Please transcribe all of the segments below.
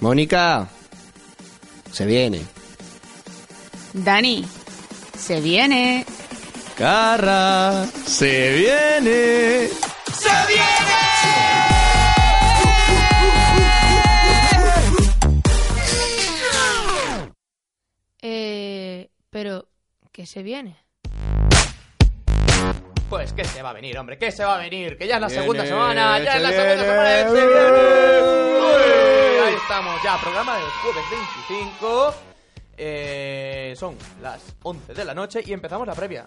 Mónica, se viene. Dani, se viene. Carra, se viene. ¡Se viene! Eh, pero, ¿qué se viene? Pues que se va a venir, hombre, que se va a venir, que ya es la Viene, segunda semana, ya se es la viene. segunda semana del Se Viene. Ahí estamos ya, programa del jueves 25. Eh, son las 11 de la noche y empezamos la previa.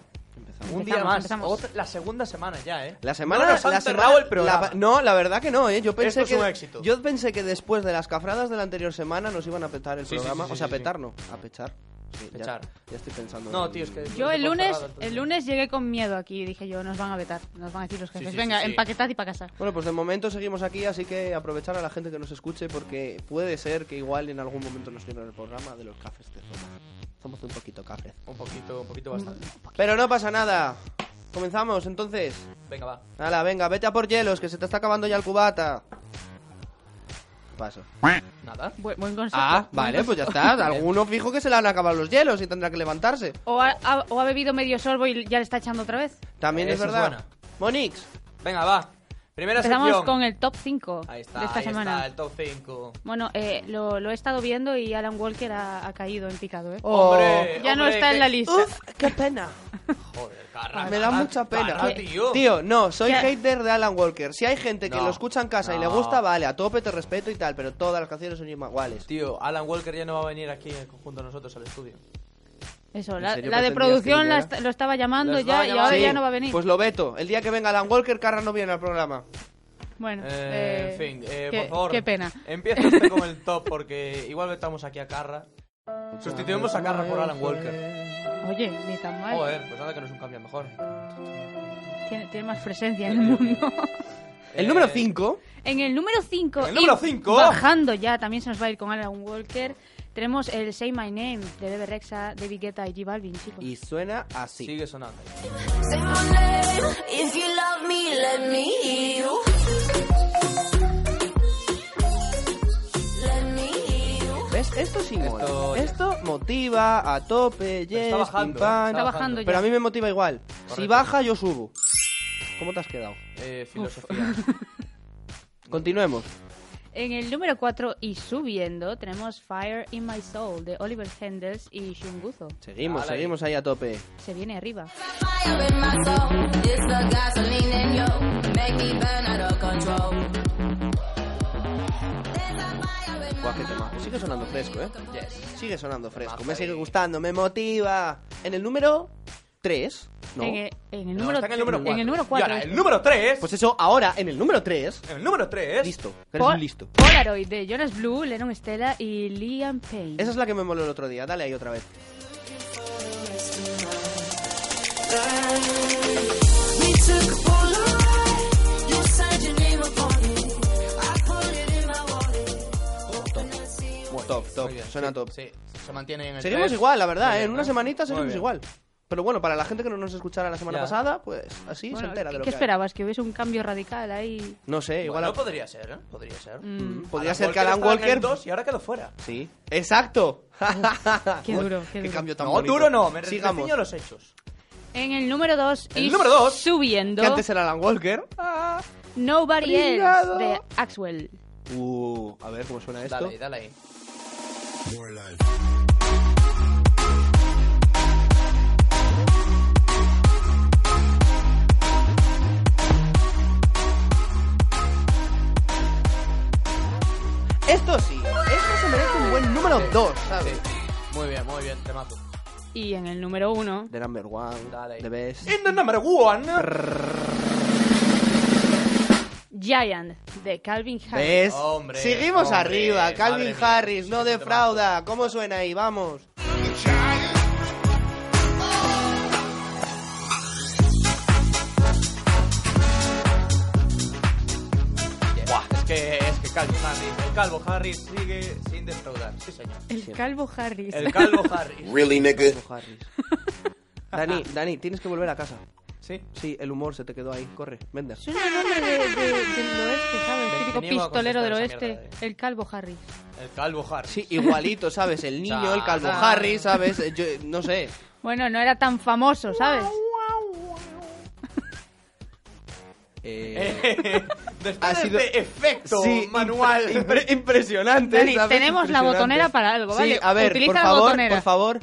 Un día Empezamos, más, empezamos. otra- la segunda semana ya, ¿eh? La semana no nos han la cerrado semana- el programa. la- no, la verdad que no, ¿eh? Yo pensé Esto es que un éxito. yo pensé que después de las cafradas de la anterior semana nos iban a petar el Sí, sí, programa, sí, sí, o sea, sí, petar sí. no, a pechar. Sí, ya- Pechar. Ya, estoy pensando. No, en- tío, es que- Yo Lo el tengo lunes, cerrado, entonces. el lunes llegué con miedo aquí. Dije yo, nos van a vetar, nos van a decir los jefes. sí, sí, Venga, sí. empaquetad y para casa. Bueno, pues de momento seguimos aquí, así que aprovechar a la gente que nos escuche porque puede ser que igual en algún momento nos quieran el programa de los cafés de zona. Somos un poquito cafés. Un poquito, un poquito bastante. Pero no pasa nada. Comenzamos entonces. Venga, va. Hala, venga, vete a por hielos, que se te está acabando ya el cubata. Paso. Nada. Bu- buen consejo. Ah, buen vale, pues ya está. Alguno fijo que se le han acabado los hielos y tendrá que levantarse. O ha, ha- o ha bebido medio sorbo y ya le está echando otra vez. También es Esa es verdad. buena. Monix, Venga, va. Primera Empezamos sección. con el top 5 Ahí está, de esta ahí semana. está, el top 5. Bueno, eh, lo, lo he estado viendo y Alan Walker ha, ha caído en picado, ¿eh? Hombre, ya no Oh, hombre, está que- en la lista. Uf, qué pena. Joder, carra, Me da carra, mucha pena. carra, tío. Tío, no, soy ¿Qué? hater de Alan Walker. Si hay gente que No, lo escucha en casa y le no. gusta, vale, a tope te respeto y tal, pero todas las canciones son iguales. Tío, Alan Walker ya no va a venir aquí junto a nosotros al estudio. Eso, ¿En la, serio la de pretendías que producción la viniera? est- lo estaba llamando Los ya va y llamando. ahora Pues Sí, ya no va a venir. Pues lo veto. El día que venga Alan Walker, Carra no viene al programa. bueno, Eh, eh, en fin, eh, qué, por favor. qué pena. Empieza usted con el top porque igual estamos aquí a Carra. Sustituimos a Carra por Alan Walker. Oye, ni tan mal. Joder, pues nada que no es un cambio mejor. Tiene, tiene más presencia en el mundo. El Eh, número 5. en el número 5. ¿En el número cinco? Bajando ya, también se nos va a ir con Alan Walker. Tenemos el Say My Name de Bebe Rexha, David Guetta y G Balvin, chicos. Y suena así. Sigue sonando. Say my name. If you love me, let me hear you. Let me hear you. ¿Ves? Esto sí mola. Esto- Esto motiva a tope, yes, está bajando, pim, pam. Está bajando ya. Pero a mí me motiva igual. Si Correcto. baja, yo subo. ¿Cómo te has quedado? Eh, filosofía. Continuemos. En el número 4 y subiendo tenemos Fire in My Soul de Oliver Henders y Shunguzo. Seguimos, Ala, ahí. seguimos ahí a tope. Se viene arriba. Fire in my soul. It's the gasoline in you. Make me burn out of control. Guau, qué tema. Sigue sonando fresco, ¿eh? Yes. Sigue sonando fresco. Temazo Me sigue ahí. gustando, me motiva. En el número 3, ¿no? En, el, en el No, número está en el número 4. En el número Y ahora, 4. el número 3. Pues eso, ahora, en el número 3, el número 3. listo. que Eres Pol- un listo. Polaroid de Jonas Blue, Lennon Estela y Liam Payne. Esa es la que me moló el otro día. Dale ahí otra vez. We took a Polaroid. You signed your name upon it. I put it in my wallet. Hoping I see you. Top, top. Muy bien, Suena sí, top. Sí, se mantiene en el Seguimos tres. igual, la verdad, Muy ¿eh? bien, en una ¿no? semanita Muy seguimos bien. igual. Pero bueno, para la gente que no nos escuchara la semana Ya. pasada, pues así se Bueno, entera de ¿qué, qué lo que hay. esperabas? ¿Que hubiese un cambio radical ahí? No sé, igual... Bueno, a- podría ser, ¿eh? Podría ser. Mm, Podría ser que Alan Walker... 2 y ahora quedó fuera. Sí. ¡Exacto! Qué duro, qué duro. cambio tan No, bonito. duro no, me Sigamos. refiero a los hechos. En el número 2 El y número dos. subiendo Que antes era Alan Walker. Ah. Nobody Brillado. Else de Axwell. Uh, a ver cómo suena esto. Dale, ahí, dale ahí. Esto sí, esto se merece un buen número 2, ¿sabes? Muy bien, muy bien, te mato. Y en el número 1, The number one, Dale. the best. In the number one. Giant de Calvin Harris. ¿Ves? Hombre, Seguimos hombre, arriba. Calvin madre mía, Este Harris, no defrauda. ¿Cómo suena ahí? Vamos. Buah, es que es que Calvo Harris, el Calvo Harris sigue sin defraudar. Sí, señor. El calvo Harris. El Calvo Harris. Really, nigga? Harris. Dani, Dani, tienes que volver a casa. Sí. Sí, el humor se te quedó ahí. Corre, vende. Eso es el nombre de- de- del oeste, ¿sabes? Me- Típico me niego a pistolero del contestar esa oeste. mierda, El calvo Harry. El calvo Harry. Sí, igualito, ¿sabes? El niño, el calvo Chaval. Harry, ¿sabes? Eh, Yo, no sé. Bueno, no era tan famoso, ¿sabes? Eh, Después Ha de sido- este efecto sí, manual. impre- impresionante. Dani, ¿sabes? tenemos la Impresionante. botonera para algo, ¿vale? Sí, a ver, Utiliza por la favor, botonera. por favor.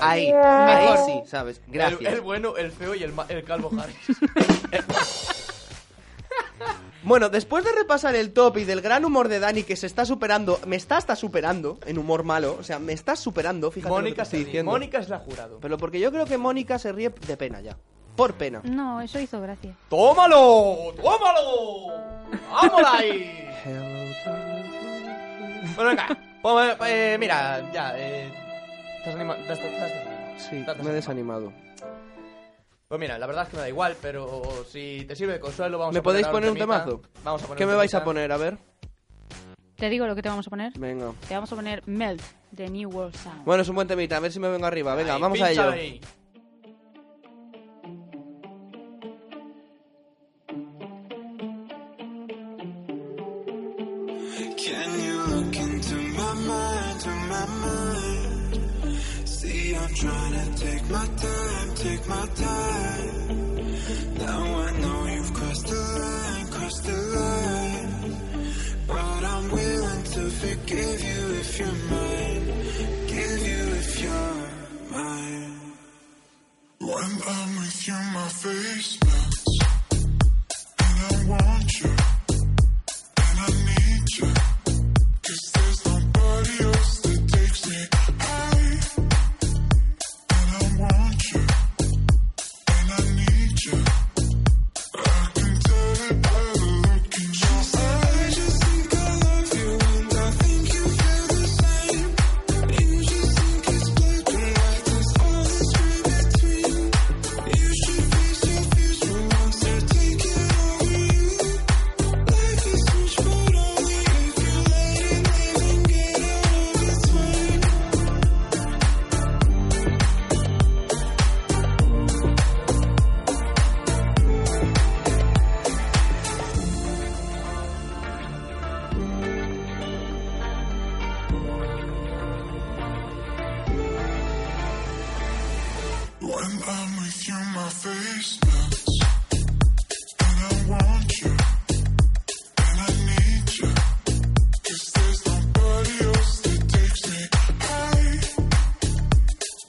Ahí, ahí sí, ¿sabes? Gracias. El, el bueno, el feo y el, ma- el calvo Harry. Bueno, después de repasar el top y del gran humor de Dani que se está superando, me está hasta superando en humor malo, o sea, me está superando, fíjate lo que te Mónica, estoy se ríe. diciendo. Mónica es la jurado. Pero porque yo creo que Mónica se ríe de pena ya. Por pena. No, eso hizo gracia. ¡Tómalo! ¡Tómalo! ¡Vámonos ahí! bueno, venga. Pues, eh, mira, ya. Eh, te has anima- te has- te has desanimado. Sí, Te has me he desanimado. desanimado. Pues mira, la verdad es que me da igual, pero si te sirve de consuelo, vamos ¿Me a poner podéis ahora poner un temita. temazo? Vamos a poner ¿Qué un me vais a temita. poner? A ver. Te digo lo que te vamos a poner. Venga. Te vamos a poner Melt, de New World Sound. Bueno, es un buen temita, a ver si me vengo arriba. Venga, Ahí, vamos a pincha ello. ahí. Can you look into my mind, to my mind? See, I'm trying to take my time, take my time. Now I know you've crossed the line, crossed the line. But I'm willing to forgive you if you're mine, give you if you're mine. When I'm with you, my face melts, and I want you. And I need you, 'cause there's nobody else that takes me high. And I want you, and I need you. I can tell it by the look in your eyes. I just think I love you, and I think you feel the same. You just think it's black and white, there's all this gray between. You should face your future once I take it over you. Life is too short, only if you let it live and get out of this way. When I'm with you, my face melts, and I want you. And I need you, 'cause there's nobody else that takes me high.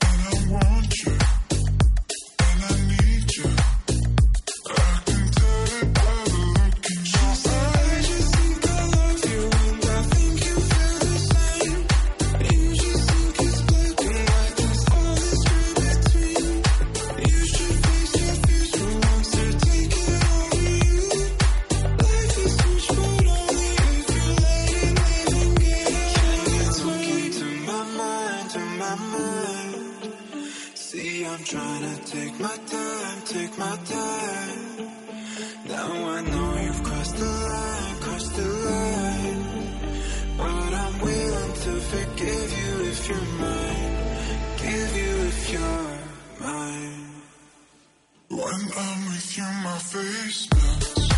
And I want you, and I need you. I can tell it by the look in your eyes. I just think I love you, and I think you feel the same. You just think it's black and white, there's all this gray between. You should face your future once you take it over you. Life is too short, only if you let it live and get out this way. into my mind, to my mind. See, I'm trying to take my time, take my time. Now I know you've crossed the line, crossed the line. But I'm willing to forgive you if you're mine, give you if you're mine. When I'm with you, my face melts.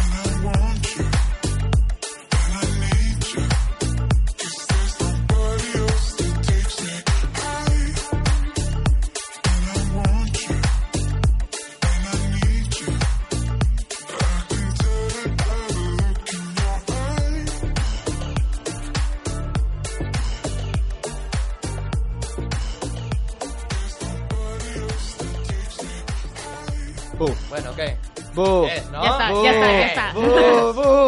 And I want you, and I need you. 'Cause there's nobody else that takes me high. And I want you, and I need you. I can tell it by the look in your eye. Bueno, ¿qué? Bu. Eh, ¿no? Ya está, Bu. ya está, ya está. Bu,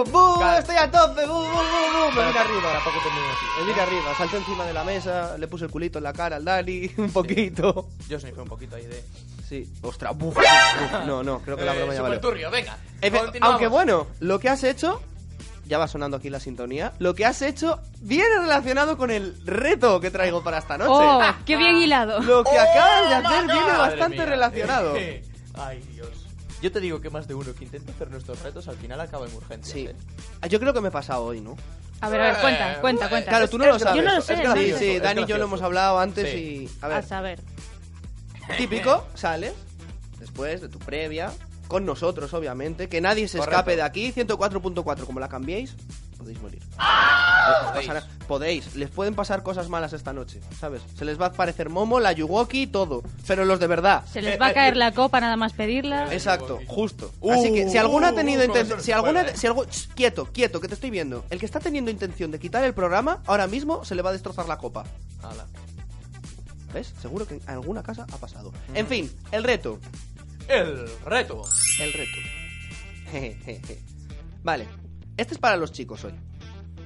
bu, bu, Claro. estoy a tope, bu, bu, bu, bu, me vine arriba. Tampoco te miro así. Me vine arriba, salté encima de la mesa, le puse el culito en la cara al Dani, un poquito. Yo snifé un poquito ahí de... Sí, ostras, buf, buf. No, no, creo que la Eh, broma ya súper valió. turbio, venga. Eh, pero- Continuamos. Aunque bueno, lo que has hecho, ya va sonando aquí la sintonía, lo que has hecho viene relacionado con el reto que traigo para esta noche. ¡Oh, qué bien hilado! Lo que acabas de ¡Oh, hacer my viene God! bastante Madre mía. relacionado. Ay, Dios. Yo te digo que más de uno que intenta hacer nuestros retos al final acaba en urgencias. Sí. Ah, ¿eh? Yo creo que me he pasado hoy, ¿no? A ver, a ver, cuenta, cuenta, cuenta. Claro, tú no lo es sabes. Yo no lo sé, Sí, Dani. sí, Es Dani y yo gracioso. lo hemos hablado antes Sí. y... A A ver, saber. Típico, sales después de tu previa, con nosotros, obviamente, que nadie se Correcto. escape de aquí. 104.4, como la cambiéis, podéis morir. Eh, os Ah, Podéis. pasará- podéis, les pueden pasar cosas malas esta noche, ¿sabes? Se les va a parecer Momo, la Yuwoki, todo, pero los de verdad. Se les va a caer la copa nada más pedirla. Exacto, justo. Uh, Así que si alguno ha uh, tenido profesor, intención, si se alguna, cuela, ¿eh? si algo, Shh, quieto, quieto, que te estoy viendo. El que está teniendo intención de quitar el programa, ahora mismo se le va a destrozar la copa. Ala. ¿Ves? Seguro que en alguna casa ha pasado. En Mm. fin, el reto. El reto. El reto. Jejeje. vale. Este es para los chicos hoy.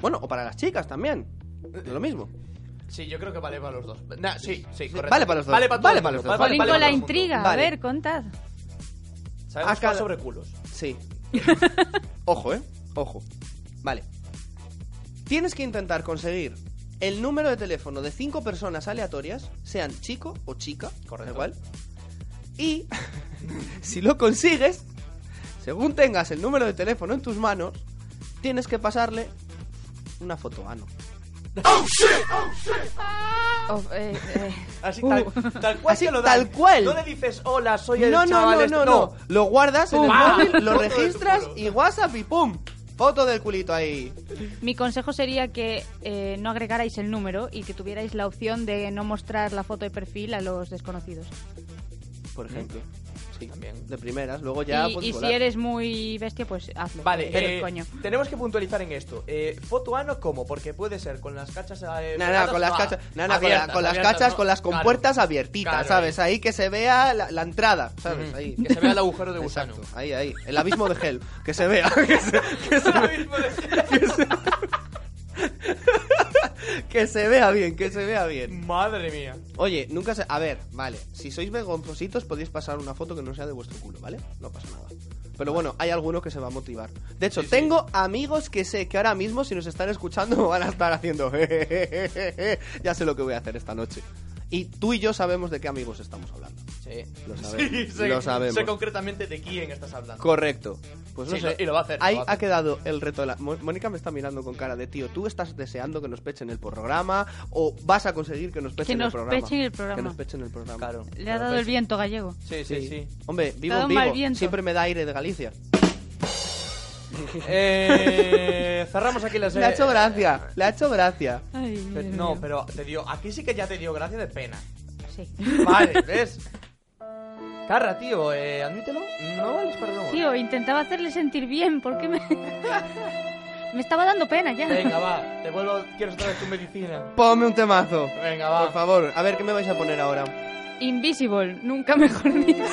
Bueno, o para las chicas también. Es lo mismo. Sí, yo creo que vale para los dos. Nah, sí, sí, correcto. vale para los dos. Vale para, todo Vale el para mundo, los dos. Jolín vale, con la todo el mundo. intriga. Vale. A ver, contad. Sabemos A que va cada- sobre culos. Sí. Ojo, ¿eh? Ojo. Vale. Tienes que intentar conseguir el número de teléfono de cinco personas aleatorias, sean chico o chica, Correcto. da igual. Y si lo consigues, según tengas el número de teléfono en tus manos, tienes que pasarle una foto Ah, ano. Of- eh, eh. Así tal, tal cual. Uh. Así, te lo dan. tal cual. No le dices, hola, soy el No, no, chaval no, este". no, no. Lo guardas en el Ah. móvil, lo Foto de tu registras culo. y WhatsApp y ¡pum! Foto del culito ahí. Mi consejo sería que eh, no agregarais el número y que tuvierais la opción de no mostrar la foto de perfil a los desconocidos. Por ejemplo. Sí, También. de primeras. Luego ya pues, y puedes y si volar. eres muy bestia, pues hazlo. Vale, Pero, eh, coño. tenemos que puntualizar en esto. Eh, foto ano, ¿cómo? Porque puede ser con las cachas. Eh, No, pegadas, no, con las ah, cachas, no, no, con, la- abiertas, con las abiertas, cachas, ¿no? con las Claro. compuertas abiertitas, Claro, ¿sabes? Ahí que se vea la, la entrada, ¿sabes? Ujú. Ahí. Que se vea el agujero de gusano. Exacto, ahí, ahí. El abismo de gel. Que se vea. Que se, que se- que se vea bien, que se vea bien. Madre mía. Oye, nunca se... A ver, vale. Si sois vergonzositos, podéis pasar una foto que no sea de vuestro culo, ¿vale? No pasa nada. Pero bueno, hay alguno que se va a motivar. De hecho, Sí, sí. tengo amigos que sé que ahora mismo, si nos están escuchando, van a estar haciendo... "Jejejeje". ya sé lo que voy a hacer esta noche. Y tú y yo sabemos de qué amigos estamos hablando. Sí. Lo sabemos. Sí, sé- lo sabemos. Sé concretamente de quién estás hablando. Correcto. Pues no Sí, sé. lo- y lo va a hacer, Ahí lo va a ha hacer. quedado el reto de la. Mo- Mónica me está mirando con cara de tío. ¿Tú estás deseando que nos pechen el programa? ¿O vas a conseguir que nos pechen nos el programa? pechen el programa. Que nos pechen el programa. Claro. Le ha dado el viento gallego. Sí, sí, sí. Hombre, vivo dado en un mal vivo. viento. Siempre me da aire de Galicia. Eh, cerramos aquí las. Le ha hecho gracia. Le ha hecho gracia. Ay, Pe- Dios No, mío. pero te dio. Aquí sí que ya te dio gracia de pena. Sí. Vale, ¿ves? Carra, tío, eh, admítelo. No vales para no. Tío, intentaba hacerle sentir bien. ¿Por qué me.? me estaba dando pena ya. Venga, va. Te vuelvo. Quieres otra vez tu medicina. Ponme un temazo. Venga, Por va. favor, a ver, ¿qué me vais a poner ahora? Invisible, nunca mejor dicho.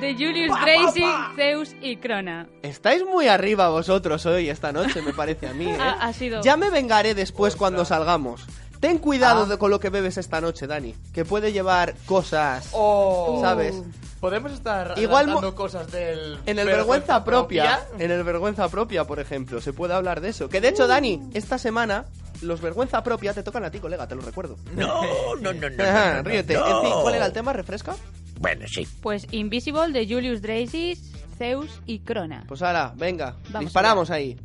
De Julius Tracy, Zeus y Crona. Estáis muy arriba vosotros hoy, esta noche, me parece a mí. ¿eh? Ah, Ha, ha sido. Ya me vengaré después cuando salgamos. Ten cuidado Ah. de con lo que bebes esta noche, Dani. Que puede llevar cosas. Oh, ¿Sabes? Podemos estar Igual mo- hablando cosas del. En el pues, vergüenza propia, en el vergüenza propia, por ejemplo, se puede hablar de eso. Que de Uh. hecho, Dani, esta semana los vergüenza propia te tocan a ti, colega, te lo recuerdo. No, no, no, no. Ajá, no, no, ríete. no. En fin, ¿cuál era el tema? ¿Refresca? Bueno, sí. Pues Invisible de Julius Tracy, Zeus y Crona. Pues ahora, venga, Vamos disparamos ahí.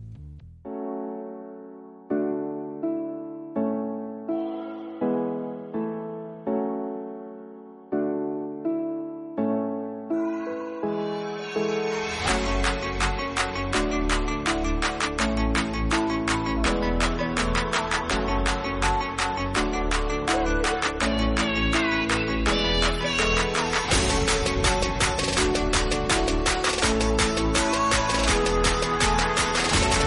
Thank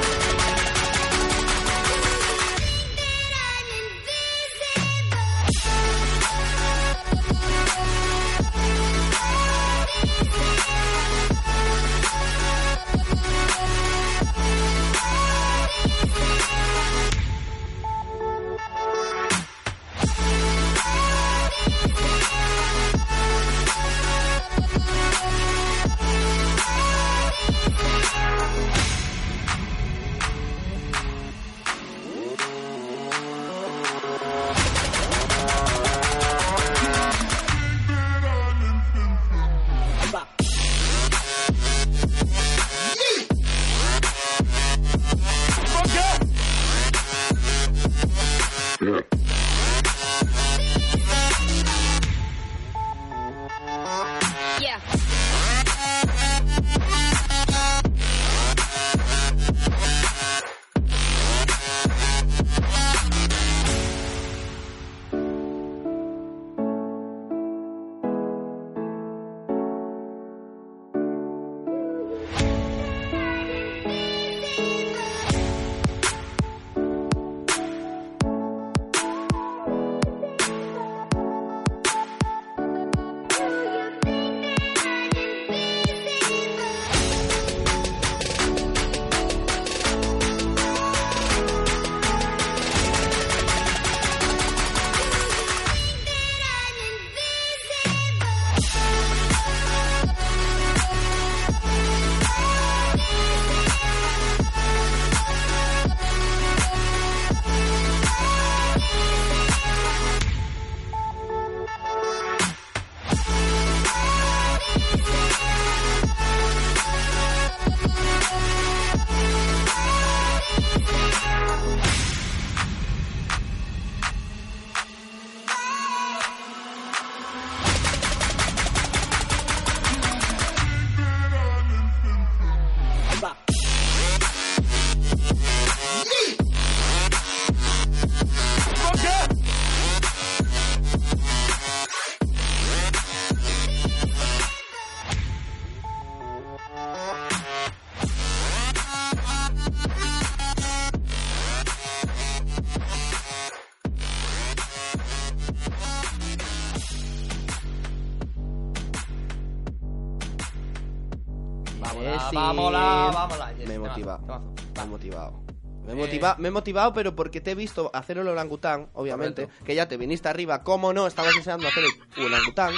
sí. vámola, vámola. Yes, Me he temazo, motivado. temazo. Me he motivado. Me he, Eh. motiva- me he motivado, pero porque te he visto hacer el orangután, obviamente, Correcto. que ya te viniste arriba, cómo no, estabas deseando hacer el orangután,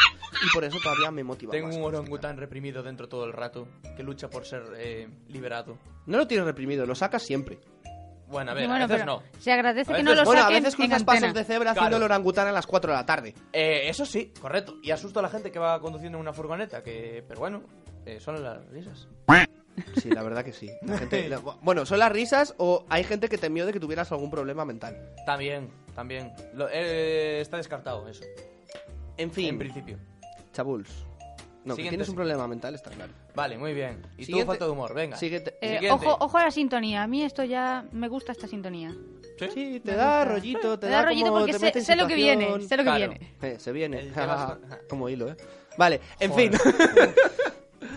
y por eso todavía me motiva Tengo más. un orangután reprimido dentro todo el rato que lucha por ser eh, liberado. No lo tienes reprimido, lo sacas siempre. Bueno, a ver, bueno, a veces pero no. se agradece A que veces no lo no. bueno, a saquen veces en cruzas antena. pasos de cebra Claro. haciendo el orangután a las 4 de la tarde. Eh, eso sí, correcto. Y asusto a la gente que va conduciendo en una furgoneta, que, pero bueno, eh, son las risas. Sí, la verdad que sí. La gente- la- bueno, son las risas o hay gente que temió de que tuvieras algún problema mental. También, también. Lo- eh, está descartado eso, En fin, en principio. chabuls. No, que Siguiente, tienes un sí. problema mental, está claro. Vale, muy bien. Y Siguiente. tú, falta de humor, venga. Siguiente. Eh, Siguiente. ojo, ojo a la sintonía. A mí esto ya me gusta esta sintonía. ¿Sí? Sí, te da rollito, te, Me da rollito como porque te sé, mete en sé lo que viene, situación. sé lo que Claro. viene. Eh, se viene. El que vas- como hilo, ¿eh? Vale, en Joder. fin.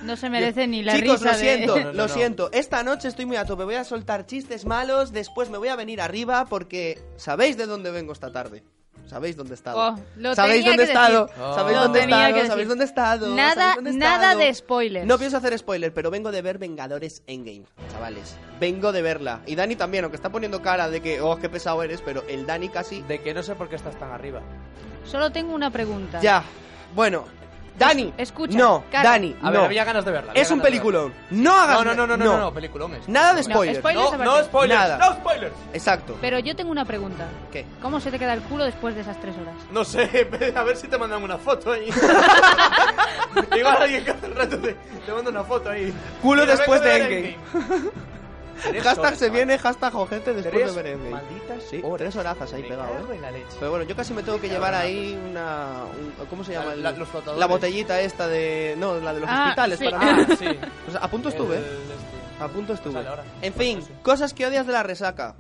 No se merece ni la Chicos, risa lo siento, de... No, no, lo no. siento. Esta noche estoy muy a tope. Voy a soltar chistes malos, después me voy a venir arriba porque sabéis de dónde vengo esta tarde. Sabéis dónde he estado. Oh, lo sabéis tenía dónde he que estado. decir. Oh. Sabéis Lo dónde he tenía que estado. decir. Sabéis dónde he estado. Nada- ¿Sabéis dónde he nada estado? de spoilers. No pienso hacer spoilers, pero vengo de ver Vengadores Endgame, chavales. Vengo de verla. Y Dani también, aunque está poniendo cara de que, oh, qué pesado eres, pero el Dani casi. De que no sé por qué estás tan arriba. Solo tengo una pregunta. Ya. Bueno, Dani. Escucha, No, cara. Dani. A no. ver, había ganas de verla. había Es un ganas de verla. peliculón. No hagas. No, no, no, no, no, no, no, peliculón es. Nada de No, spoilers. spoilers No, aparte. no spoilers, Nada. no spoilers. Exacto. Pero yo tengo una pregunta. ¿Qué? ¿Cómo se te queda el culo después de esas tres horas? No sé, a ver si te mandan una foto ahí. Igual alguien que hace rato te, te manda una foto ahí. Culo Mira, después vengo de ver Endgame. Tres Hashtag horas, se chaval. viene, hashtag ojete después Tres Oh, de ver Endgame. malditas Sí, horas. tres horazas ahí Me pegado, cago ¿eh? en la leche. Pero bueno, yo casi me tengo que Me llevar cago en ahí una... un- ¿Cómo se llama? La- el- la- los flotadores. la botellita esta de... No, la de los Ah, hospitales. sí. Para Ah, mí. sí. O sea, a punto estuve. ¿eh? A punto estuve. Sale ahora. En fin, Sí. cosas que odias de la resaca.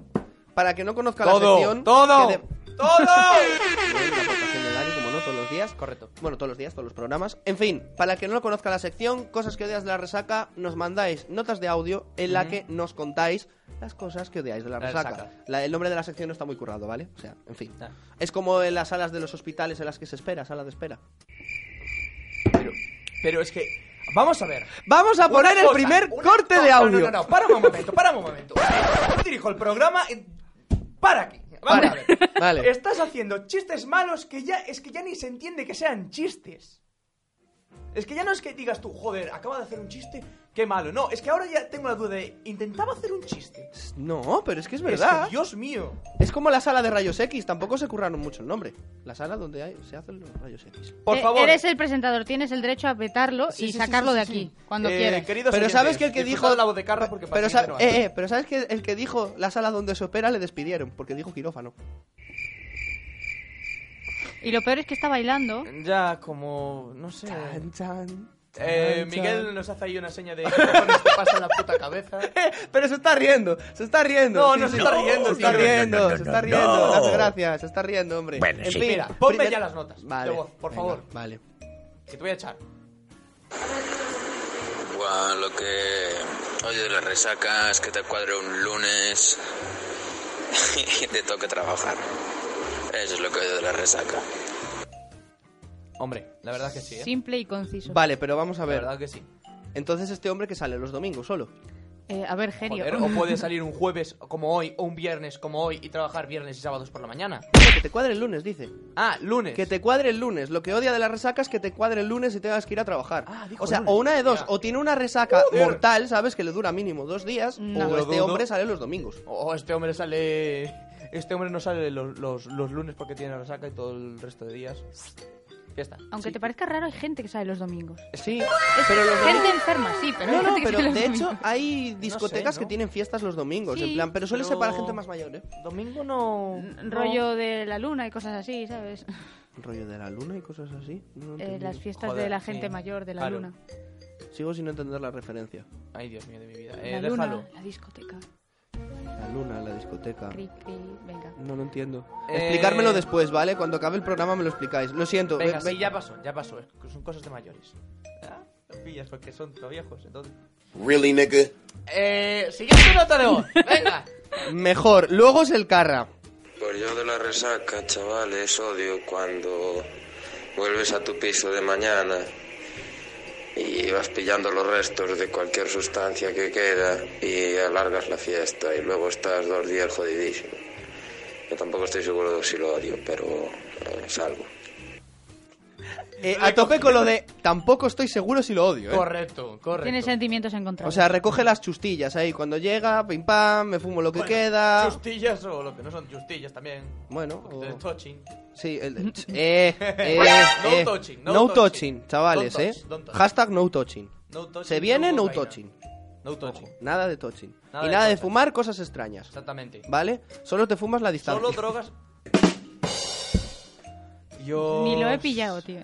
Para que no conozca la Todo, sección... todo, que de- pues, todo. Bien, la aportación de Dani, como no, todos los días. Correcto. Bueno, todos los días, todos los programas. En fin, para el que no lo conozca la sección, cosas que odias de la resaca, nos mandáis notas de audio en la Ujú. que nos contáis las cosas que odiáis de la La resaca. resaca. La- el nombre de la sección no está muy currado, ¿vale? O sea, en fin. Ah. Es como en las salas de los hospitales en las que se espera, sala de espera. Pero, pero es que, vamos a ver. Vamos a poner Una el cosa, primer una- corte no, de no, audio. No, no, no, para un momento, para un momento. Yo dirijo el programa. eh, Para aquí. Vamos Para. a ver. Vale. Estás haciendo chistes malos que ya es que ya ni se entiende que sean chistes. Es que ya no es que digas tú, joder, acaba de hacer un chiste, qué malo. No, es que ahora ya tengo la duda de, intentaba hacer un chiste. No, pero es que es que, verdad. Es, Dios mío. como la sala de rayos X, tampoco se curraron mucho el nombre. La sala donde hay- se hacen los rayos X. Por Eh, favor. Eres el presentador, tienes el derecho a vetarlo Sí, y sí, sí, sacarlo sí, de sí, aquí, sí. cuando Eh, quieras. queridos pero oyentes, sabes que el que disfrutad dijo de la voz de Carlos porque pero, para sa- ti no hay. eh, eh, pero sabes que el que dijo la sala donde se opera le despidieron porque dijo quirófano. Y lo peor es que está bailando. Ya, como. No sé. Chan, chan, Eh, chan, Miguel chan. nos hace ahí una seña de. "Cojones, te pasa en la puta cabeza? Pero se está riendo, se está riendo. No, no se está riendo, Se está tío. riendo, No, no, se no, está no, riendo. no. Las gracias, se está riendo, hombre. Bueno, sí. Mira, ponme primer- ya las notas de Vale, voz, por venga, favor. Vale. Que te voy a echar. Buah, lo que oye de las resacas, que te cuadre un lunes y te toque trabajar. Eso es lo que odio de la resaca. Hombre, la verdad que sí, ¿eh? Simple y conciso. Vale, pero vamos a La ver. verdad que sí. Entonces este hombre que sale los domingos solo. Eh, a ver, genio. Joder, o puede salir un jueves como hoy, o un viernes como hoy, y trabajar viernes y sábados por la mañana. Que te cuadre el lunes, dice. Ah, lunes. Que te cuadre el lunes. Lo que odia de las resacas es que te cuadre el lunes y tengas que ir a trabajar. Ah, dijo o sea, lunes. o una de dos. Ya. O tiene una resaca Uh, Joder. mortal, ¿sabes? Que le dura mínimo dos días. No. O Lo este dudo. hombre sale los domingos. Oh, este hombre sale. Este hombre no sale los, los- los lunes porque tiene resaca y todo el resto de días. Ya está. Aunque te parezca raro, hay gente que sale los domingos. Sí, pero los domingos- Gente enferma, sí, pero No, hay no, gente que pero sale los de domingos. hecho hay discotecas sé, que ¿no? tienen fiestas los domingos, Sí, en plan, pero suele pero- ser para gente más mayor, ¿eh? Domingo no. Mm, Rollo de la luna y cosas así, ¿sabes? Rollo de la luna y cosas así. no he Eh, entendido. las fiestas Joder, de la sí. gente mayor de la Claro. luna. Sigo sin entender la referencia. Ay, Dios mío de mi vida. la Eh, luna, déjalo. la discoteca. La luna, la discoteca. Cri, cri, venga. No lo entiendo. Eh, Explicármelo después, ¿vale? Cuando acabe el programa me lo explicáis. Lo siento. Venga, ve- sí, ve- ya pasó, ya pasó. eh, que Son cosas de mayores. Ah, Lo pillas porque son todavía viejos, entonces. Really, nigga? Eh, siguiente nota de voz. Venga. Mejor. Luego es el carra. Pues yo de la resaca, chavales, odio cuando vuelves a tu piso de mañana y vas pillando los restos de cualquier sustancia que queda y alargas la fiesta y luego estás dos días jodidísimo. Yo tampoco estoy seguro si lo odio, pero eh, salgo. Eh, Ah, a tope con lo de tampoco estoy seguro si lo odio. ¿eh? Correcto, correcto. Tiene sentimientos O encontrados. sea, recoge las chustillas ahí. Cuando llega, pim pam, me fumo lo que Bueno, queda. Ah, Justillas o lo que no son justillas también. Bueno, Un poquito o- de touching. Sí, el de- eh, eh, No eh. touching, no No touching. touching, chavales, Don't eh. touch, don't touch. Hashtag no touching. No touching, Se viene no cocaína. touching. No touching. Nada de touching. Nada y de nada de touching. fumar cosas extrañas. Exactamente. ¿Vale? Solo te fumas la distancia. Solo drogas. Yo. Ni lo he pillado, tío.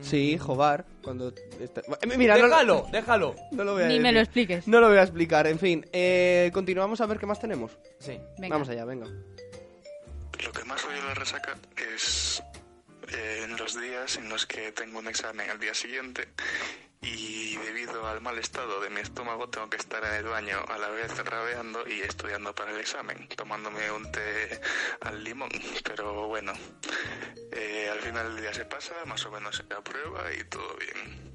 Sí, jobar. Cuando. está- Eh, Mira, no, Déjalo, lo- déjalo. no lo voy a Ni me decir. lo expliques. No lo voy a explicar. En fin, eh, continuamos a ver qué más tenemos. Sí. Venga. Vamos allá, venga. Lo que más odio de la resaca es eh, en los días en los que tengo un examen al día siguiente y debido al mal estado de mi estómago tengo que estar en el baño a la vez rabeando y estudiando para el examen, tomándome un té al limón. Pero bueno, eh, al final del día se pasa, más o menos se aprueba y todo bien.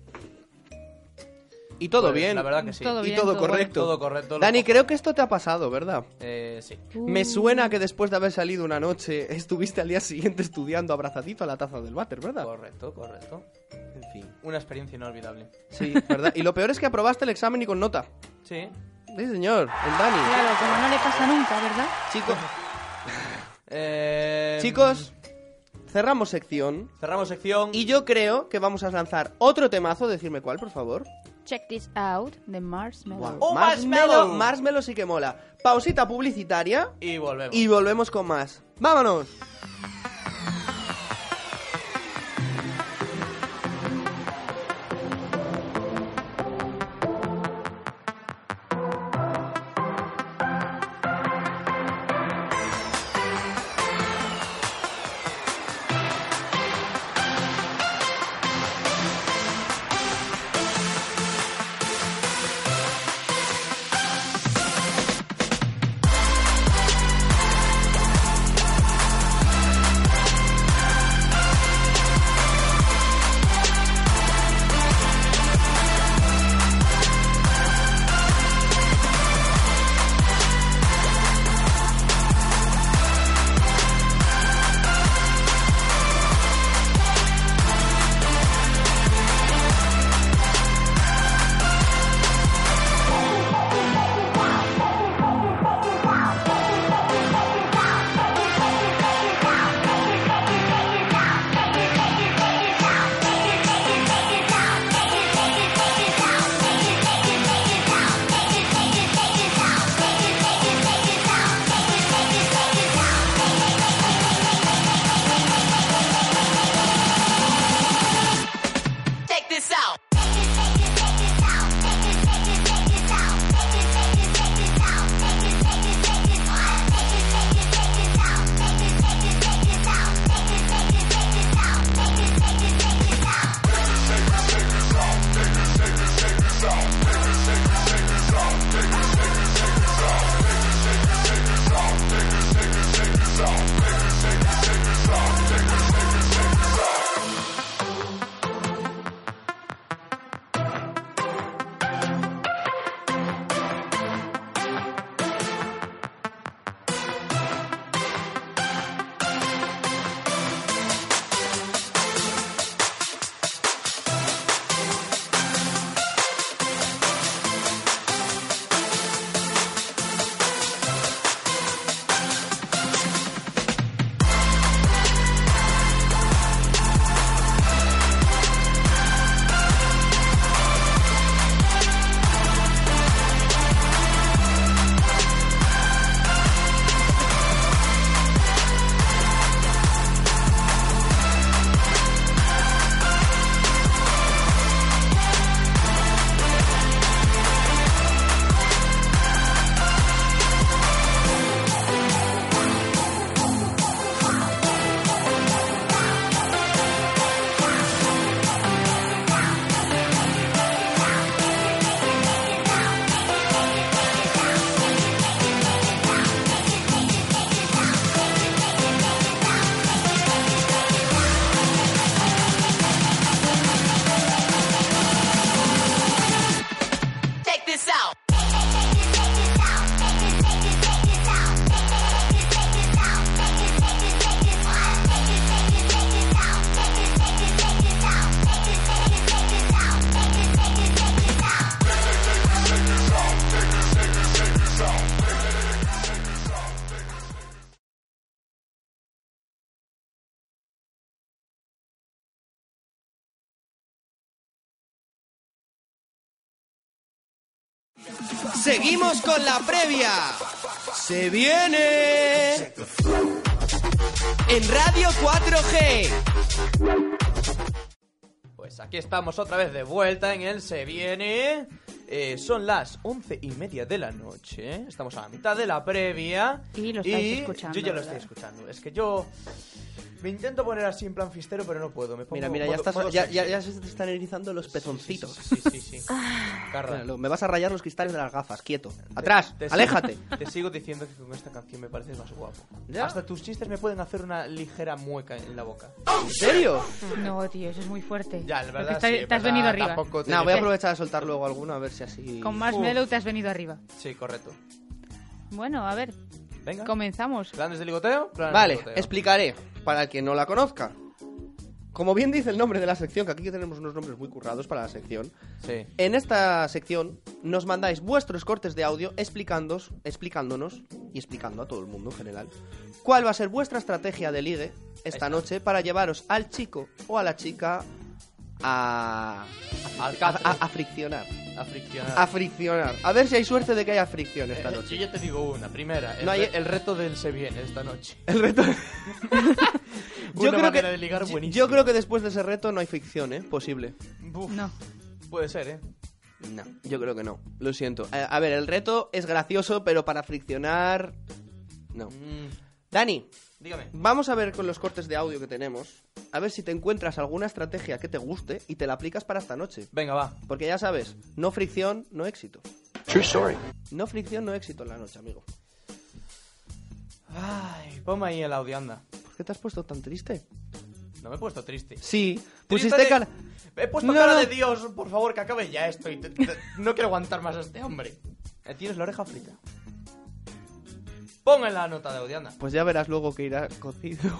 Y todo Pues, bien. La verdad que sí. Todo y bien, todo, todo correcto. Todo correcto. lo- Dani, creo que esto te ha pasado, ¿verdad? Eh, sí. Uh. Me suena que después de haber salido una noche estuviste al día siguiente estudiando abrazadito a la taza del váter, ¿verdad? Correcto, correcto. En fin. Una experiencia inolvidable. Sí, ¿verdad? Y lo peor es que aprobaste el examen y con nota. Sí. Sí, señor, el Dani. Claro, como no le pasa nunca, ¿verdad? Chicos, Eh, chicos, cerramos sección. Cerramos sección. Y yo creo que vamos a lanzar otro temazo, decirme cuál, por favor. Check this out, de Mars ¡Oh, Marshmello, Marshmello! Marshmello sí que mola. Pausita publicitaria Y volvemos. y volvemos con más. ¡Vámonos! Marshmallow, Seguimos con la previa. Se viene en Radio 4G. Pues aquí estamos otra vez de vuelta en el Se Viene. Eh, son las once y media de la noche. Estamos a la mitad de la previa. Y lo estáis escuchando, Yo ya lo ¿verdad? estoy escuchando. Es que yo me intento poner así en plan fistero, pero no puedo. Me pongo Mira, mira, ya, modo- estás, modo ya, sexy. ya- ya se te están erizando los pezoncitos. Sí, sí, sí. sí, sí. Ah. Carra, Míralo, Me vas a rayar los cristales de las gafas, quieto. te- Atrás, te sigo- aléjate. te sigo diciendo que con esta canción me pareces más guapo. Ya. Hasta tus chistes me pueden hacer una ligera mueca en la boca. ¿En serio? No, tío, eso es muy fuerte. Ya, la verdad. Porque está- sí, te verdad, has venido arriba. tampoco tiene No, voy a que- aprovechar a soltar luego alguno a ver si así. Con más Uf. melo te has venido arriba. Sí, correcto. Bueno, a ver, Venga. comenzamos. ¿Planes de ligoteo? Planes de Vale, ligoteo. explicaré para el que no la conozca. Como bien dice el nombre de la sección, que aquí tenemos unos nombres muy currados para la sección, Sí. en esta sección nos mandáis vuestros cortes de audio explicándos- explicándonos y explicando a todo el mundo en general cuál va a ser vuestra estrategia de ligue esta noche para llevaros al chico o a la chica a, Al a, catre. a- a friccionar. A friccionar. A friccionar. A ver si hay suerte de que haya fricción esta Eh, noche. Yo ya te digo una. Primera, el, No hay- re- el reto del se viene esta noche. El reto. Una manera de ligar yo- buenísima. yo creo que después de ese reto no hay ficción, ¿eh? Posible. Buf, No. Puede ser, ¿eh? No, yo creo que no. Lo siento. A, a ver, el reto es gracioso, pero para friccionar. No. Mm, Dani, dígame. vamos a ver con los cortes de audio que tenemos. A ver si te encuentras alguna estrategia que te guste y te la aplicas para esta noche. Venga, va. Porque ya sabes, no fricción, no éxito. True story. No fricción, no éxito en la noche, amigo. Ay, ponme ahí el audio, anda. ¿Por qué te has puesto tan triste? No me he puesto triste. Sí, Triste pusiste de- cara. He puesto No, cara no. de Dios, por favor, que acabe ya esto. y te- te- no quiero aguantar más a este hombre. Eh, Tienes la oreja frita. Pon en la nota de audio, anda. Pues ya verás luego que irá cocido.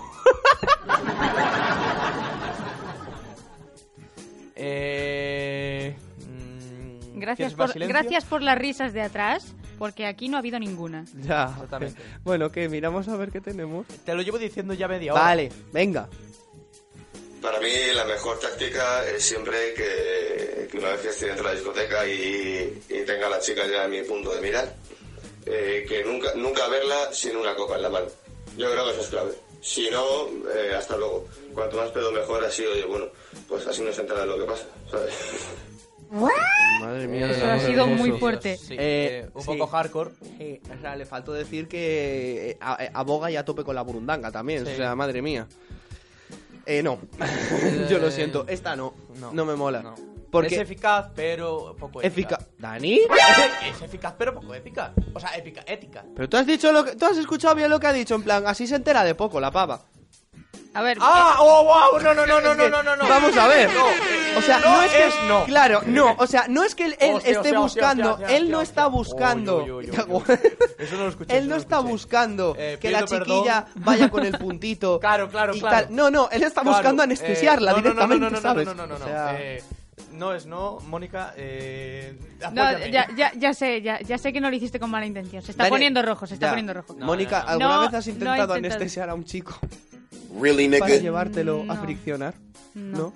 Eh... mm, Gracias ¿quieres más por, silencio? gracias por las risas de atrás, porque aquí no ha habido ninguna. Ya. Exactamente. Bueno, que miramos a ver qué tenemos. Te lo llevo diciendo ya media hora. Vale, venga. Para mí la mejor táctica es siempre que, que una vez que estoy dentro de la discoteca y, y tenga a la chica ya en mi punto de mirar, eh, que nunca, nunca verla sin una copa en la mano. Yo creo que eso es clave. Si no, eh, hasta luego. Cuanto más pedo mejor, así, oye, bueno, pues así no se entera de lo que pasa, ¿sabes? Madre mía, Eso ha sido muy fuerte. Sí, Eh, eh, un sí. poco hardcore. Sí, Eh, o sea, le faltó decir que eh, a- eh, aboga y a tope con la burundanga también. Sí. O sea, madre mía. Eh, no. Yo lo siento. Esta no. No, me mola. Eh, no. Porque Es eficaz, pero poco eficaz. eficaz. ¿Dani? Es eficaz, pero poco épica. O sea, épica, ética. Pero tú has dicho lo que, tú has escuchado bien lo que ha dicho, en plan, así se entera de poco la pava. A ver, ¡Ah! ¡Oh, wow! No, no, no, no, Es que, no, no, no, no. Vamos a ver. No. O sea, no, No es que es no. Claro, no, o sea, no es que él él Hostia, esté hostia, hostia, buscando, hostia, él no hostia, está hostia. buscando. Uy, uy, uy, uy, uy. Eso no lo escuché. eso Él no lo está escuché. buscando Eh, que la pido perdón. chiquilla vaya con el puntito. Claro, claro, y claro. tal. No, no, él está Claro, buscando eh, anestesiarla no, no, no, no, directamente, no, no, ¿sabes? No, no, no, no. O sea, eh, no es no, Mónica. Eh, no, apóyame. ya, ya, ya sé, ya, ya sé que no lo hiciste con mala intención. Se está Dani- poniendo rojo, se está ya. poniendo rojo. Mónica, no, no. ¿alguna No, vez has no he intentado, intentado. anestesiar a un chico Really para llevártelo a No. friccionar? No.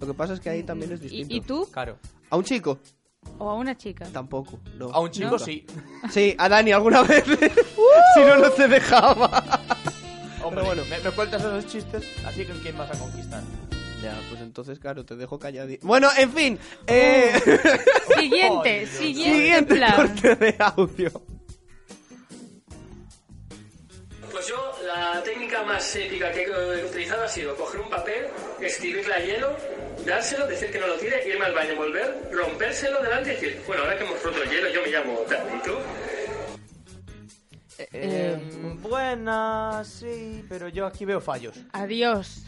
Lo que pasa es que ahí también es distinto. ¿Y, y tú? Claro. ¿A un chico? ¿O a una chica? Tampoco. No. A un chico Nunca. sí. Sí, a Dani alguna vez. si no, no te dejaba. Hombre, bueno, bueno. me, me cuentas esos chistes, así que quién vas a conquistar. Ya, pues entonces, claro, te dejo calladito. Bueno, en fin. Eh, Siguiente, Dios. Oh, siguiente, siguiente plan. corte de audio. Pues yo, la técnica más épica que he utilizado ha sido coger un papel, escribirle a hielo, dárselo, decir que no lo tire, irme al baño, volver, rompérselo delante y decir, bueno, ahora que hemos roto el hielo, yo me llamo tal y tú. Em. Eh, buena, sí, pero yo aquí veo fallos. Adiós.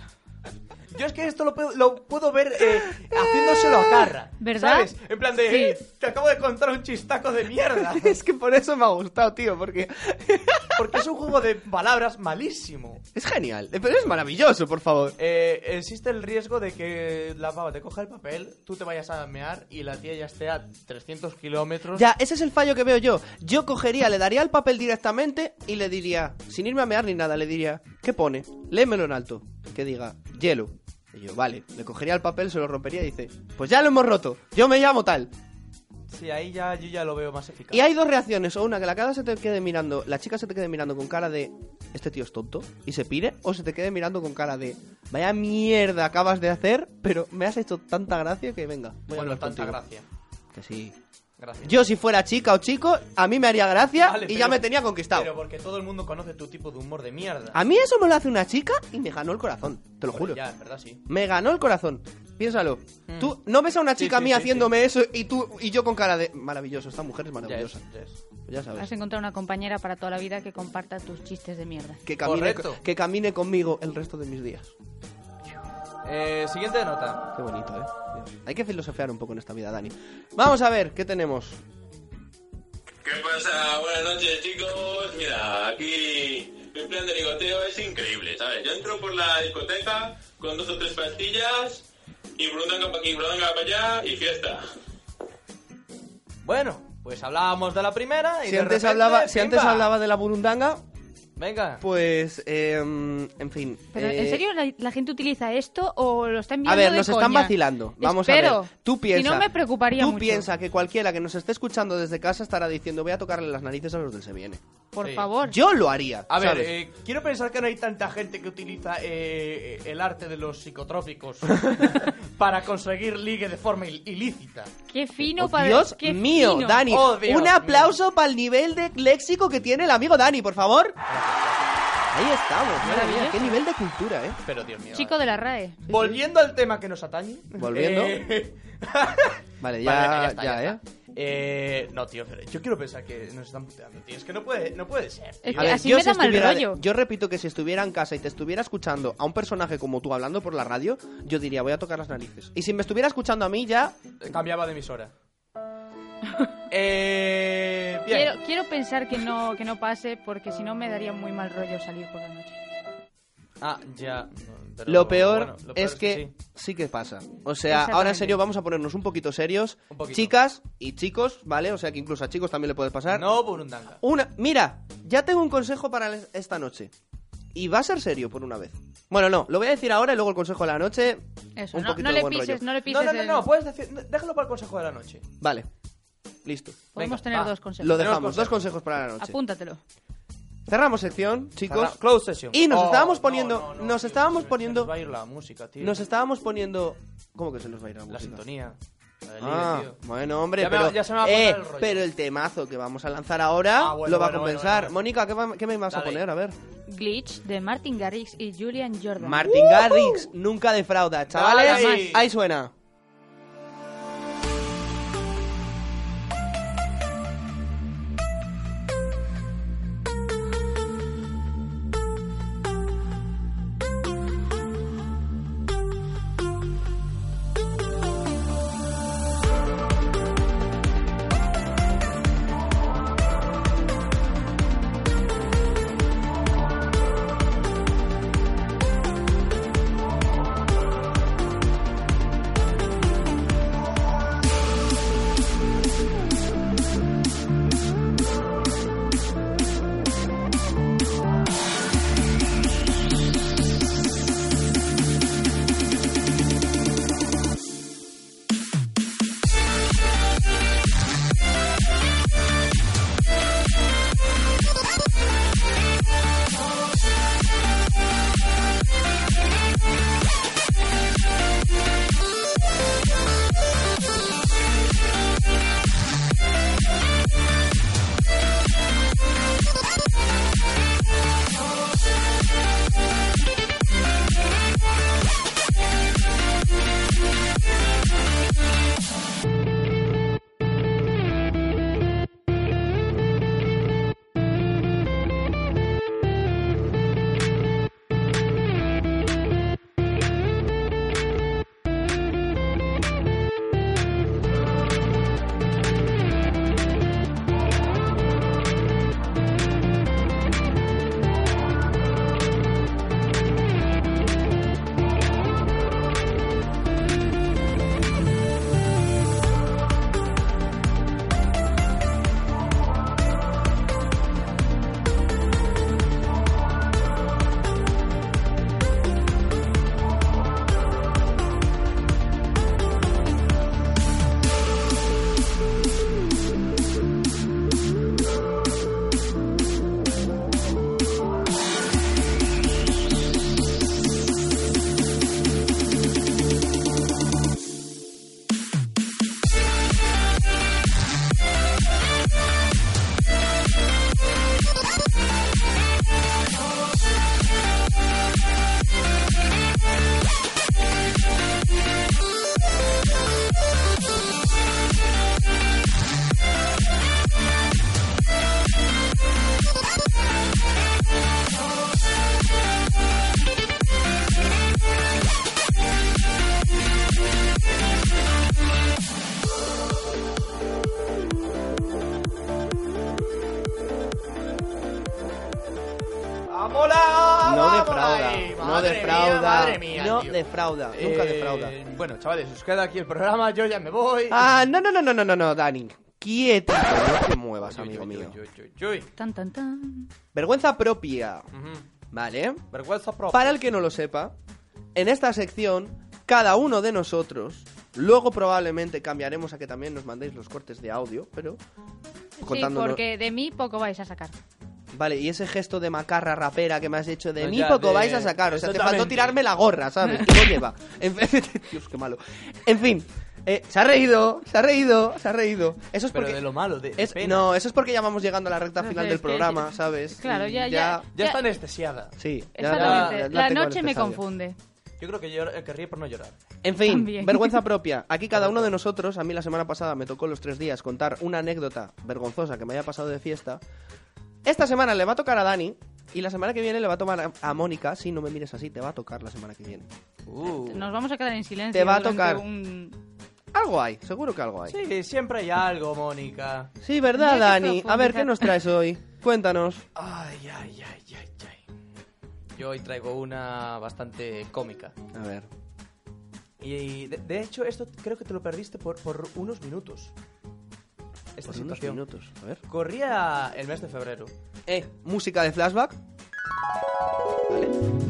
Yo es que esto lo puedo, lo puedo ver eh, haciéndoselo a Carra. ¿Verdad? ¿Sabes? En plan de, Sí. "Eh, te acabo de contar un chistaco de mierda. Es que por eso me ha gustado, tío, porque Porque es un juego de palabras malísimo. es genial. Eh, Pero es maravilloso, por favor. Eh, existe el riesgo de que la pava te coja el papel, tú te vayas a mear y la tía ya esté a 300 kilómetros. Ya, ese es el fallo que veo yo. Yo cogería, le daría el papel directamente y le diría, sin irme a mear ni nada, le diría, ¿qué pone? Léemelo en alto. Que diga, hielo. Y yo, vale, le cogería el papel, se lo rompería y dice, pues ya lo hemos roto, yo me llamo tal. Sí, ahí ya yo ya lo veo más eficaz. Y hay dos reacciones, o una que la cara se te quede mirando, la chica se te quede mirando con cara de este tío es tonto y se pire, o se te quede mirando con cara de vaya mierda acabas de hacer, pero me has hecho tanta gracia que venga, voy a bueno, hablar tanta contigo. gracia. Que sí. Gracias. Yo si fuera chica o chico, a mí me haría gracia Vale, y pero- ya me tenía conquistado. Pero porque todo el mundo conoce tu tipo de humor de mierda. A mí eso me lo hace una chica y me ganó el corazón, te lo Bueno, juro. Ya, en verdad sí. Me ganó el corazón. Piénsalo. Tú no ves a una Sí, chica sí, mía sí, haciéndome eso y tú y yo con cara de maravilloso, esta mujer es Ya es, maravillosa. ya es. Ya sabes. Has encontrado una compañera para toda la vida que comparta tus chistes de mierda. que camine, Correcto. que camine conmigo el resto de mis días. Eh, siguiente nota. Qué bonito, ¿eh? Dios. Hay que filosofear un poco en esta vida, Dani. Vamos a ver, ¿qué tenemos? ¿Qué pasa? Buenas noches, chicos. Mira, aquí mi plan de ligoteo es increíble, ¿sabes? Yo entro por la discoteca con dos o tres pastillas y brundanga para aquí, brundanga para allá y fiesta. Bueno, pues hablábamos de la primera y Si de antes, repente, hablaba, si antes ¡pimba! hablaba de la burundanga, Venga. pues, eh, en fin. Pero, eh, ¿en serio la, la gente utiliza esto o lo está A enviando ver, de nos están coña? vacilando. Vamos a Espero. ver. Tú piensa. Si no me preocuparía Tú mucho. piensa que cualquiera que nos esté escuchando desde casa estará diciendo voy a tocarle las narices a los del Se Viene. Por Sí. favor. Yo lo haría. A ver, ¿sabes? eh, quiero pensar que no hay tanta gente que utiliza eh, el arte de los psicotrópicos para conseguir ligue de forma il- ilícita. Qué fino Oh, para Dios qué mío, fino. Dani. Oh, Dios un mío. aplauso para el nivel de léxico que tiene el amigo Dani, por favor. Ahí estamos, madre mía, qué nivel de cultura, eh. Pero Dios mío. Chico de la RAE. Volviendo al tema que nos atañe. Volviendo. eh, Vale, ya, Vale, venga, ya, está, ya eh. está. Eh, no, tío, pero yo quiero pensar que nos están puteando, tío. Es que no puede, no puede ser. Es tío. que así me da mal estuviera- rollo. yo repito que si estuviera en casa y te estuviera escuchando a un personaje como tú hablando por la radio, yo diría, voy a tocar las narices. Y si me estuviera escuchando a mí ya, Cambiaba de emisora. eh, bien. Quiero, quiero pensar que no, que no pase porque si no me daría muy mal rollo salir por la noche. Ah, ya. pero lo peor, bueno, lo peor es que sí. sí. que pasa. O sea, ahora en serio vamos a ponernos un poquito serios. Un poquito. Chicas y chicos, ¿vale? O sea, que incluso a chicos también le puede pasar. No, Burundanga. Una, mira, ya tengo un consejo para les- esta noche. Y va a ser serio por una vez. Bueno, no, lo voy a decir ahora y luego el consejo de la noche. Eso, un no, poquito no de le buen pises, rollo. no le pises. No, no, no, el- no, puedes decir. Déjalo para el consejo de la noche. Vale, listo. Podemos Venga, tener va. dos consejos. Lo Tenemos dejamos, consejos. dos consejos para la noche. Apúntatelo. Cerramos sección, chicos. Cerra- Close session. Y nos Oh, estábamos no, poniendo. no, no, nos tío, estábamos se- se poniendo. nos va a ir la música, tío. Nos estábamos poniendo. ¿Cómo que se nos va a ir la, La música? sintonía. La del Ah, ligue, tío. bueno, hombre, Ya me- pero, ya se me va a cortar eh, el rollo. pero el temazo que vamos a lanzar ahora Ah, bueno, lo va bueno, bueno, a compensar. bueno. Mónica, ¿qué, va- qué me vas Dale. a poner? A ver. Glitch de Martin Garrix y Julian Jordan. Martin Garrix nunca defrauda, chavales. Dale ahí. Ahí suena. No Ah, Madre defrauda. mía, madre mía, no tío. defrauda. Nunca Eh, defrauda. Bueno, chavales, os queda aquí el programa, yo ya me voy. Ah, no, no, no, no, no, no, no, Dani. Quieto, no te muevas, Uy, uy, pues, amigo uy, mío. uy, uy, uy. Uh. Tan, tan, tan. Vergüenza propia. Ujú. ¿Vale? Vergüenza propia. Para el que no lo sepa, en esta sección, cada uno de nosotros, luego probablemente cambiaremos a que también nos mandéis los cortes de audio, pero Sí, contándonos. porque de mí poco vais a sacar. Vale, y ese gesto de macarra rapera que me has hecho de No, mí ya, poco de- vais a sacar. O sea, te faltó Exactamente. tirarme la gorra, ¿sabes? Que no lleva. En fin, Dios, qué malo. En fin, eh, se ha reído, se ha reído, se ha reído. Eso es Pero porque. de lo malo, de, de es- pena. no, eso es porque ya vamos llegando a la recta final Entonces, del que- programa, ¿sabes? Claro, Y ya- Ya Ya- está anestesiada. Sí, ya- Exactamente. ya- ya la tengo noche me anestesia. confunde. Yo creo que yo eh, querría por no llorar. En fin, También. vergüenza propia. Aquí cada uno de nosotros, a mí la semana pasada me tocó los tres días contar una anécdota vergonzosa que me haya pasado de fiesta. Esta semana le va a tocar a Dani y la semana que viene le va a tomar a, a Mónica. Si no me mires así, te va a tocar la semana que viene. Uh. Nos vamos a quedar en silencio. Te va a durante tocar. un- Algo hay, seguro que algo hay. Sí, Sí, siempre hay algo, Mónica. ¿verdad, Hay que Dani? A ver, profundizar. ¿qué nos traes hoy? Cuéntanos. Ay, ay, ay, ay, ay. Yo hoy traigo una bastante cómica. A ver. Y de, de hecho, esto creo que te lo perdiste por, por unos minutos. Esta Por pues unos situación. minutos. A ver. Corría el mes de febrero. Eh, música de flashback.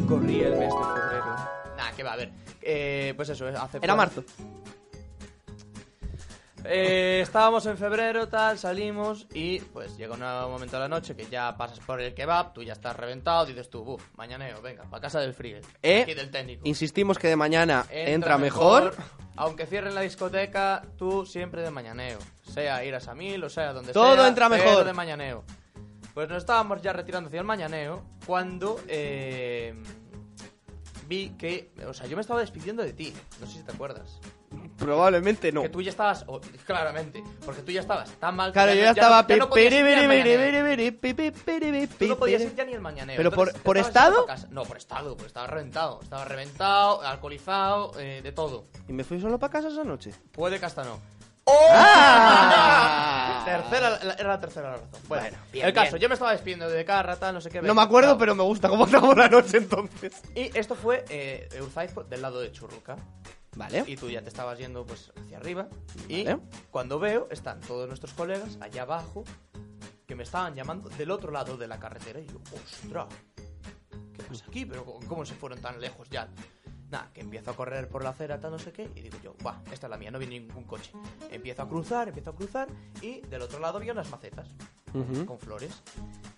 Corría el mes de febrero. Nah, que va, a ver. Eh, pues eso, hace Era marzo. Eh, estábamos en febrero, tal, salimos y pues llega un momento de la noche que ya pasas por el kebab, tú ya estás reventado, dices tú, buf, mañaneo, venga, para casa del frigel, Eh, aquí del técnico. Insistimos que de mañana entra, mejor. Aunque cierren la discoteca, tú siempre de mañaneo. Sea ir a Samil o sea donde Todo sea. entra pero mejor. de mañaneo. Pues nos estábamos ya retirando hacia el mañaneo cuando eh, vi que. O sea, yo me estaba despidiendo de ti. No sé si te acuerdas. Probablemente no. Que tú ya estabas. o- claramente. Porque tú ya estabas tan mal. que Claro, ya yo no- ya ya no- estaba. ya no podías ir ni al mañaneo. Tú no podías ir Pero ya ni el mañanero. Pero por- Entonces, por estabas yendo estado? pa' casa. No, por estado, porque estaba reventado. Estaba reventado, alcoholizado, eh, de todo. ¿Y me fui solo para casa esa noche? Puede que hasta no. ¡Oh! Tercera, la- era la tercera la razón. Bueno, el caso, yo me estaba despidiendo de Carra, tal, no sé qué. No venga, me acuerdo, chao. pero me gusta cómo acabó la noche entonces. Y esto fue eh, Euzaipo del lado de Churruca. Vale. Y tú ya te estabas yendo pues hacia arriba. Y Vale. cuando veo, están todos nuestros colegas allá abajo que me estaban llamando del otro lado de la carretera. Y yo, ostras, ¿qué pasa aquí? ¿Pero cómo- cómo se fueron tan lejos ya? Nada, que empiezo a correr por la acera, tal, no sé qué. Y digo yo, va, esta es la mía, no viene ningún coche. Empiezo a cruzar, empiezo a cruzar. Y del otro lado había unas macetas Ujú. con flores.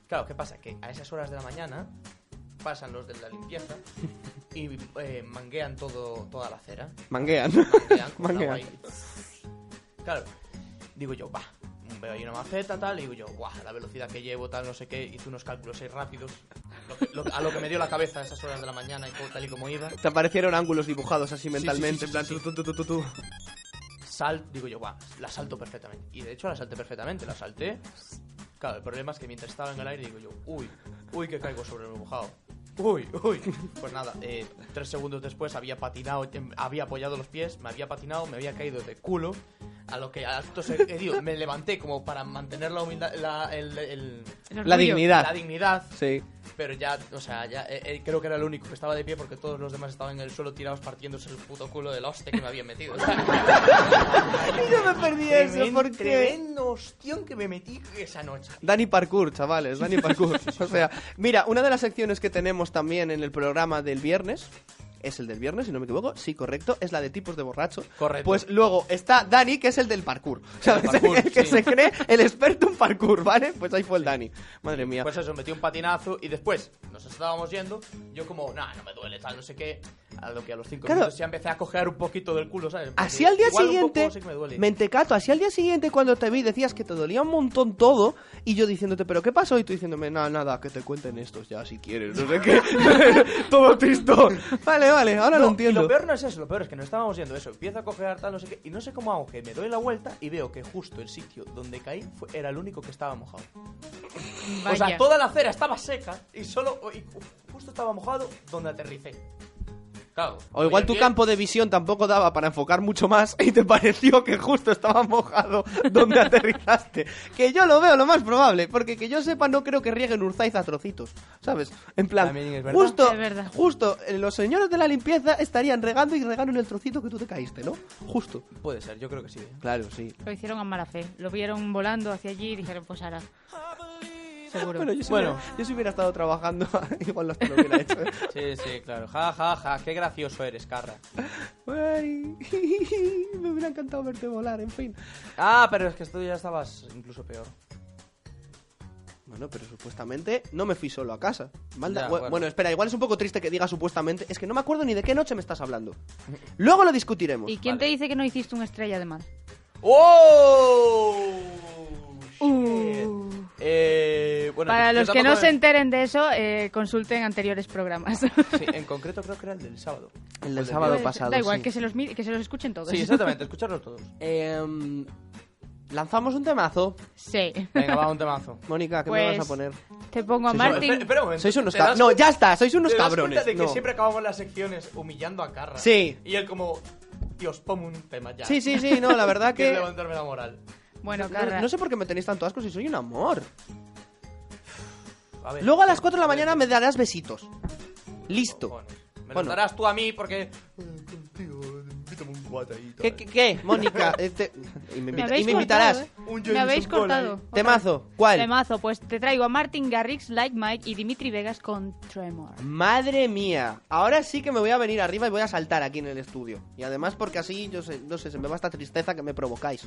Claro, ¿qué pasa? Que a esas horas de la mañana pasan los de la limpieza y eh, manguean todo, toda la acera. Manguean. Manguean con Manguean. agua ahí. Claro, digo yo, va. Veo ahí una maceta, tal, y digo yo, guau, la velocidad que llevo, tal, no sé qué, hice unos cálculos ahí rápidos, lo que- lo- a lo que me dio la cabeza a esas horas de la mañana y co- tal y como iba. Te aparecieron ángulos dibujados así mentalmente. sí, En plan, sí, sí. tu, tu, tu, tu, tu. Sal, digo yo, guau, la salto perfectamente. Y de hecho la salté perfectamente, la salté. Claro, el problema es que mientras estaba en el aire digo yo, uy, uy, que caigo sobre el mojado. Uy, uy. Pues nada, eh, tres segundos después había patinado, em, había apoyado los pies, me había patinado, me había caído de culo. A lo que acto seguido me levanté como para mantener la humildad, la, el- el- el La orgullo. dignidad. la dignidad. Sí. Pero ya, o sea, ya eh, eh, creo que era el único que estaba de pie porque todos los demás estaban en el suelo tirados partiéndose el puto culo del hostia que me habían metido. O sea, Yo me perdí eso, Tremen- ¿por qué? Tremendo hostión que me metí esa noche. Dani Parkour, chavales, Dani Parkour. O sea, mira, una de las secciones que tenemos también en el programa del viernes, es el del viernes, si no me equivoco, sí, correcto, es la de tipos de borracho. Correcto. Pues luego está Dani, que es el del parkour. ¿Sabes? El, parkour, que sí. se cree el experto en parkour, ¿vale? Pues ahí fue el Dani. Madre mía. Pues eso, metí un patinazo y después nos estábamos yendo. Yo como, nah, no me duele, tal, no sé qué. A lo que a los cinco Claro. minutos ya empecé a cojear un poquito del culo, ¿sabes? Porque Así al día igual un siguiente, poco sí que me duele. mentecato, así al día siguiente cuando te vi decías que te dolía un montón todo y yo diciéndote, ¿pero qué pasó? Y tú diciéndome, nada, nada, que te cuenten estos ya si quieres, no sé qué. todo tristón. Vale, vale, ahora No, lo y entiendo. lo peor no es eso, lo peor es que nos estábamos yendo eso. Empiezo a cojear tal, no sé qué. Y no sé cómo hago que me doy la vuelta y veo que justo el sitio donde caí fue- era el único que estaba mojado. O sea, Vaya. toda la acera estaba seca y solo y ju- justo estaba mojado donde aterricé. Claro. O igual tu campo de visión tampoco daba para enfocar mucho más y te pareció que justo estaba mojado donde aterrizaste. Que yo lo veo lo más probable, porque que yo sepa no creo que rieguen Urzaiz a trocitos, ¿sabes? En plan, También es verdad. justo, Es verdad. justo eh, los señores de la limpieza estarían regando y regaron el trocito que tú te caíste, ¿no? Justo. Puede ser, yo creo que sí. ¿eh? Claro, sí. Lo hicieron a mala fe. Lo vieron volando hacia allí y dijeron, pues ahora. Seguro. Bueno, yo si, Bueno. Hubiera, yo si hubiera estado trabajando, igual hasta lo hubiera hecho. ¿eh? Sí, sí, claro. Ja, ja, ja. Qué gracioso eres, Carra. Ay, me hubiera encantado verte volar, en fin. Ah, pero es que tú ya estabas incluso peor. Bueno, pero supuestamente no me fui solo a casa. Malda- Ya, bu- bueno. bueno. espera, igual es un poco triste que diga supuestamente. Es que no me acuerdo ni de qué noche me estás hablando. Luego lo discutiremos. ¿Y quién te dice que no hiciste una estrella de mar? ¡Oh! shit. Eh, Uh. bueno, Para yo los que no tampoco se enteren de eso, eh, consulten anteriores programas. Sí, en concreto creo que era el del sábado. del El sábado del sábado Pues, pasado. Da igual, que, se los, mi- que se los escuchen todos. Sí, exactamente, escucharlos todos. Em, lanzamos un temazo. Sí. Venga, va, un temazo. Mónica, ¿qué me Pues- vas a poner? Te pongo a Eh, Sí, Martin. Espera, espera un momento. Sois unos ¿Te das cabrones. No, cuenta- ya está, sois unos ¿te das cabrones. cuenta de que no. siempre acabamos las secciones humillando a Carra? Sí. Y él como, Dios, ponme un tema ya. Sí, sí, sí, no, la verdad Quiero que. levantarme la moral. Bueno, No, Carra. no sé por qué me tenéis tanto asco si soy un amor. A ver. Luego a las 4 de la mañana me darás besitos. Listo. Cojones. Me Bueno. lo darás tú a mí porque... eh, Contigo, invítame un guataíto. ¿Qué, qué, qué, Mónica? Este- Y me, invita- me y habéis me cortado, invitarás. ¿eh? Un Me habéis Jameson Polay. cortado. Otra Temazo, vez. ¿cuál? Temazo, pues te traigo a Martin Garrix, Like Mike y Dimitri Vegas con Tremor. Madre mía, ahora sí que me voy a venir arriba y voy a saltar aquí en el estudio. Y además porque así, yo sé, no sé, se me va esta tristeza que me provocáis.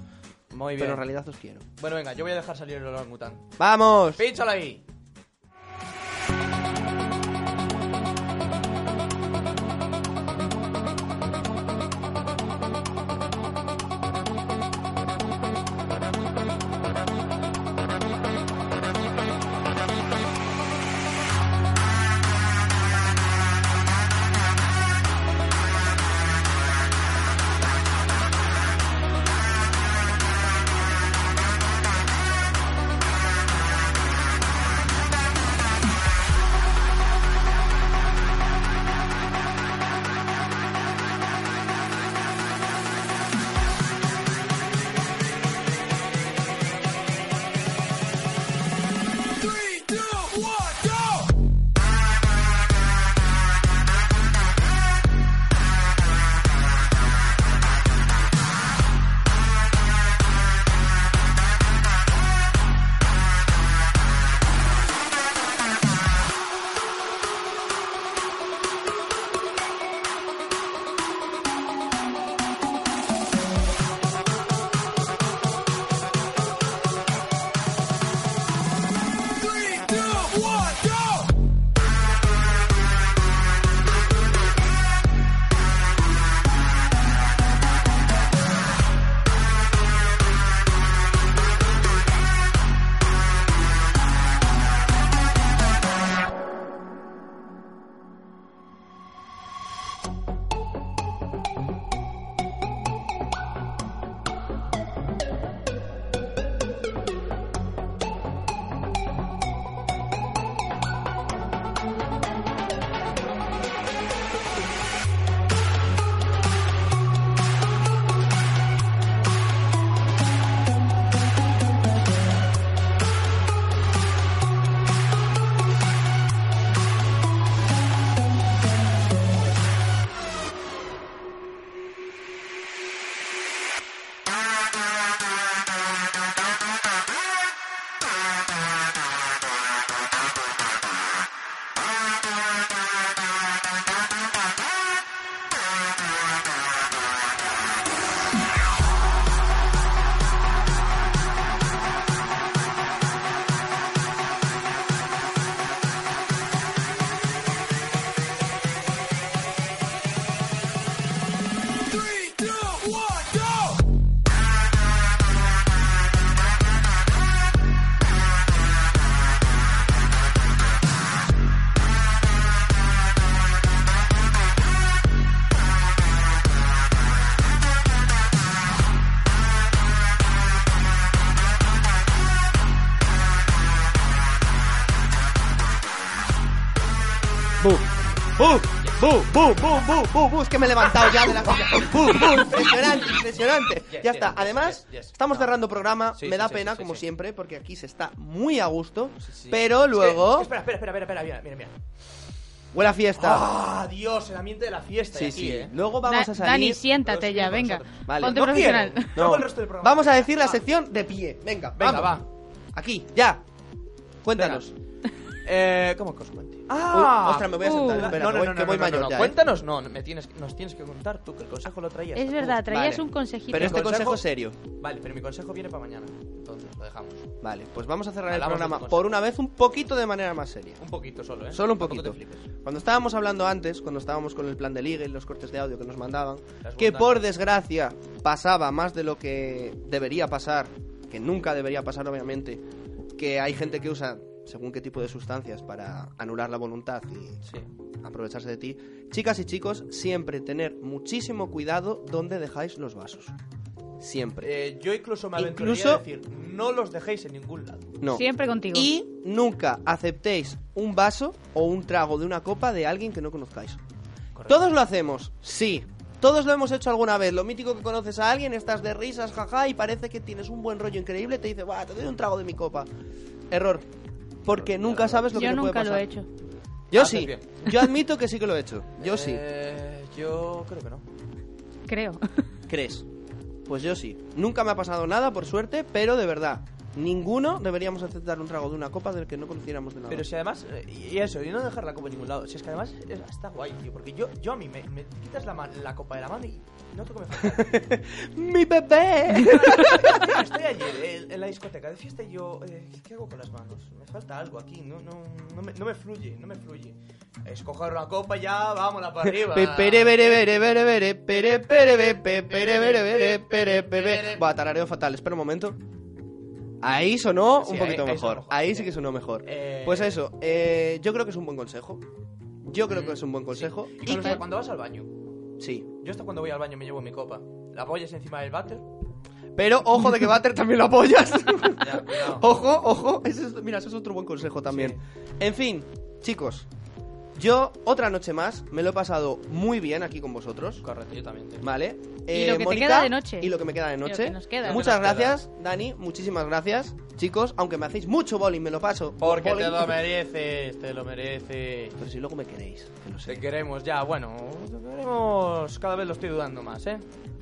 Muy bien. Pero en realidad os quiero. Bueno, venga, yo voy a dejar salir el orangután. ¡Vamos! ¡Píchalo ahí! Three, two, one, go! Three, two, one, go! Three, two, one, go! Buf. ¡Bu! ¡Bu! ¡Bu! ¡Bu! ¡Bu! ¡Bu! ¡Bu! Es que me he levantado ya de la silla. ¡Bu! ¡Bu! Impresionante, impresionante. Yes, ya yes, está. yes, Además, yes, yes. estamos No. cerrando programa. Sí, sí, me da sí, pena, sí, como sí. siempre, porque aquí se está muy a gusto. sí. Pero Es luego. que- Eh, espera, espera, espera, espera, espera, mira, mira, mira. Huele a fiesta. ¡Ah, Dios! El ambiente de la fiesta. y sí, aquí, sí. ¿eh? Luego vamos Da- a salir. Dani, siéntate ya, venga. Vale. Ponte No profesional. quiero. No. Hago el resto del programa. Vamos a decir la sección de pie. Venga, Venga, vamos. va. Aquí, ya. Cuéntanos. Eh, ¿Cómo que os cuente? Ah. ostras, me voy uh. a sentar, espera, que voy- que voy mayor ya, ¿eh? Cuéntanos, no, me tienes, nos tienes que contar tú, que el consejo lo traías. Es tú. verdad, traías Vale. un consejito. Pero ¿Mi este consejo consejo? es serio. Vale, pero mi consejo viene para mañana. Entonces, lo dejamos. Vale, pues vamos a cerrar el Hablamos de tu programa consejo. por una vez un poquito de manera más seria. Un poquito solo, ¿eh? Solo un Tampoco poquito. te flipes. Cuando estábamos hablando antes, cuando estábamos con el plan de liga y los cortes de audio que nos mandaban, Las que por bondades. desgracia pasaba más de lo que debería pasar, que nunca debería pasar obviamente, que hay gente que usa según qué tipo de sustancias para anular la voluntad y Sí. aprovecharse de ti. Chicas y chicos, siempre tener muchísimo cuidado donde dejáis los vasos. Siempre. Eh, yo incluso me aventuraría Incluso- a decir, no los dejéis en ningún lado. No. Siempre contigo. Y nunca aceptéis un vaso o un trago de una copa de alguien que no conozcáis. Correcto. Todos lo hacemos, sí. Todos lo hemos hecho alguna vez. Lo mítico que conoces a alguien, estás de risas, jaja, y parece que tienes un buen rollo increíble, te dice, "Buah, te doy un trago de mi copa. Error. Porque nunca sabes lo que Yo te puede nunca pasar. lo he hecho. Yo Haces sí. Ah, bien. Yo admito que sí que lo he hecho. Yo sí. Eh, yo creo que no. Creo. ¿Crees? Pues yo sí. Nunca me ha pasado nada, por suerte, pero de verdad, ninguno deberíamos aceptar un trago de una copa del que no conociéramos de nada. Pero si además, eh, y eso, y no dejarla como en ningún lado. Si es que además es- está guay, tío. Porque yo, yo a mí me, me quitas la, ma- la copa de la mano y noto que me falta. algo. ¡Mi bebé! Estoy allí, eh, en, en la discoteca de fiesta y yo, eh, ¿qué hago con las manos? Me falta algo aquí, no, no, no, me, no me fluye, no me fluye. Escoger una copa ya, vámonos para arriba. Pe- pere, bere, bere, bere, bere, pere, pere, be, pe- pere, bere, bere, pere, pe- be. Buah, tarareo fatal, espera un momento. Ahí sonó Sí, un poquito ahí- ahí mejor. sonó mejor, Ahí sí. sí que sonó mejor. Eh, Pues eso, eh, yo creo que es un buen consejo. Yo creo que es Mm, un buen consejo. Y con- hasta cuando vas al baño. Sí. Yo hasta cuando voy al baño me llevo mi copa. La apoyas encima del váter. Pero ojo de que Butter también lo apoyas. Ya, cuidado. Ojo, ojo. Ese es- mira, eso es otro buen consejo también. En fin, chicos. Yo otra noche más me lo he pasado muy bien aquí con vosotros. Correcto, yo también. tío. Vale. Eh, Y lo que te queda de noche. Y lo que me queda de lo noche. que nos queda. Muchas Lo que nos gracias, Dani. Muchísimas gracias, chicos. Aunque me hacéis mucho bowling, me lo paso. por Porque te bowling. lo mereces, te lo mereces. Pero si luego me queréis, que lo Te sé. queremos ya, bueno, te queremos. Cada vez lo estoy dudando más, ¿eh?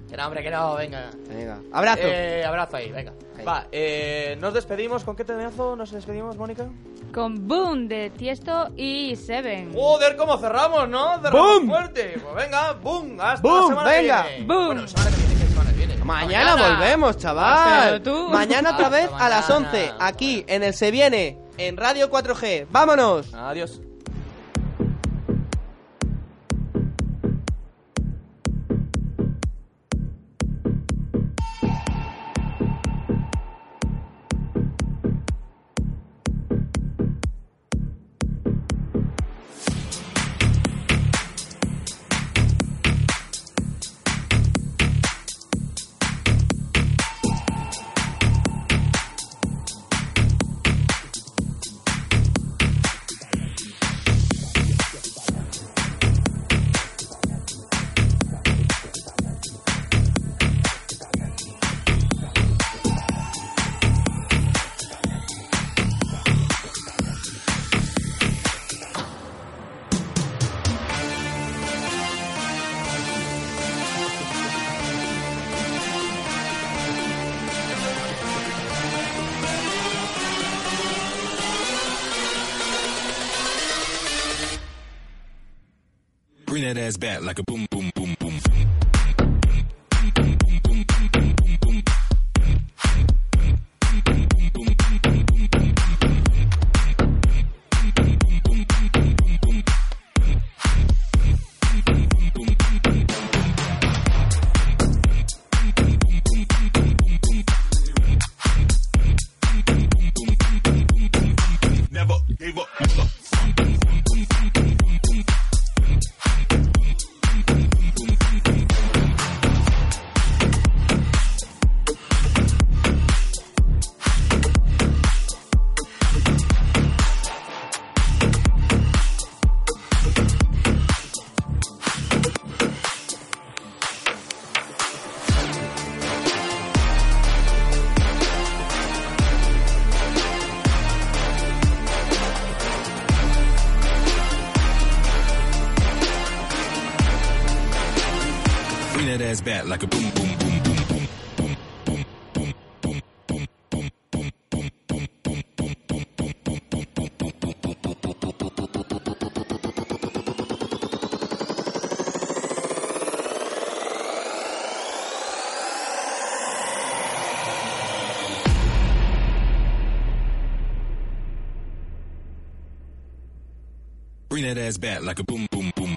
Que no, hombre, que no, venga. Venga. Abrazo. Eh, abrazo ahí, venga. Ahí. Va, eh, nos despedimos. ¿Con qué temazo nos despedimos, Mónica? Con Boom de Tiesto y Seven. Joder, cómo cerramos, ¿no? Cerramos ¡Boom! fuerte. Pues venga, boom, hasta ¡Boom! la semana que ¡Venga! viene. ¡Boom! Bueno, semana que viene, semana que viene. Mañana, volvemos, Pero chaval. tú. Mañana otra Hasta vez a las mañana. 11, aquí en el Se Viene, en Radio 4G. ¡Vámonos! Adiós. Bring that ass back like a boom, boom, boom, boom. Never gave up. ass back like a boom, boom, boom, boom, boom. Bring that ass back like a boom, boom, boom.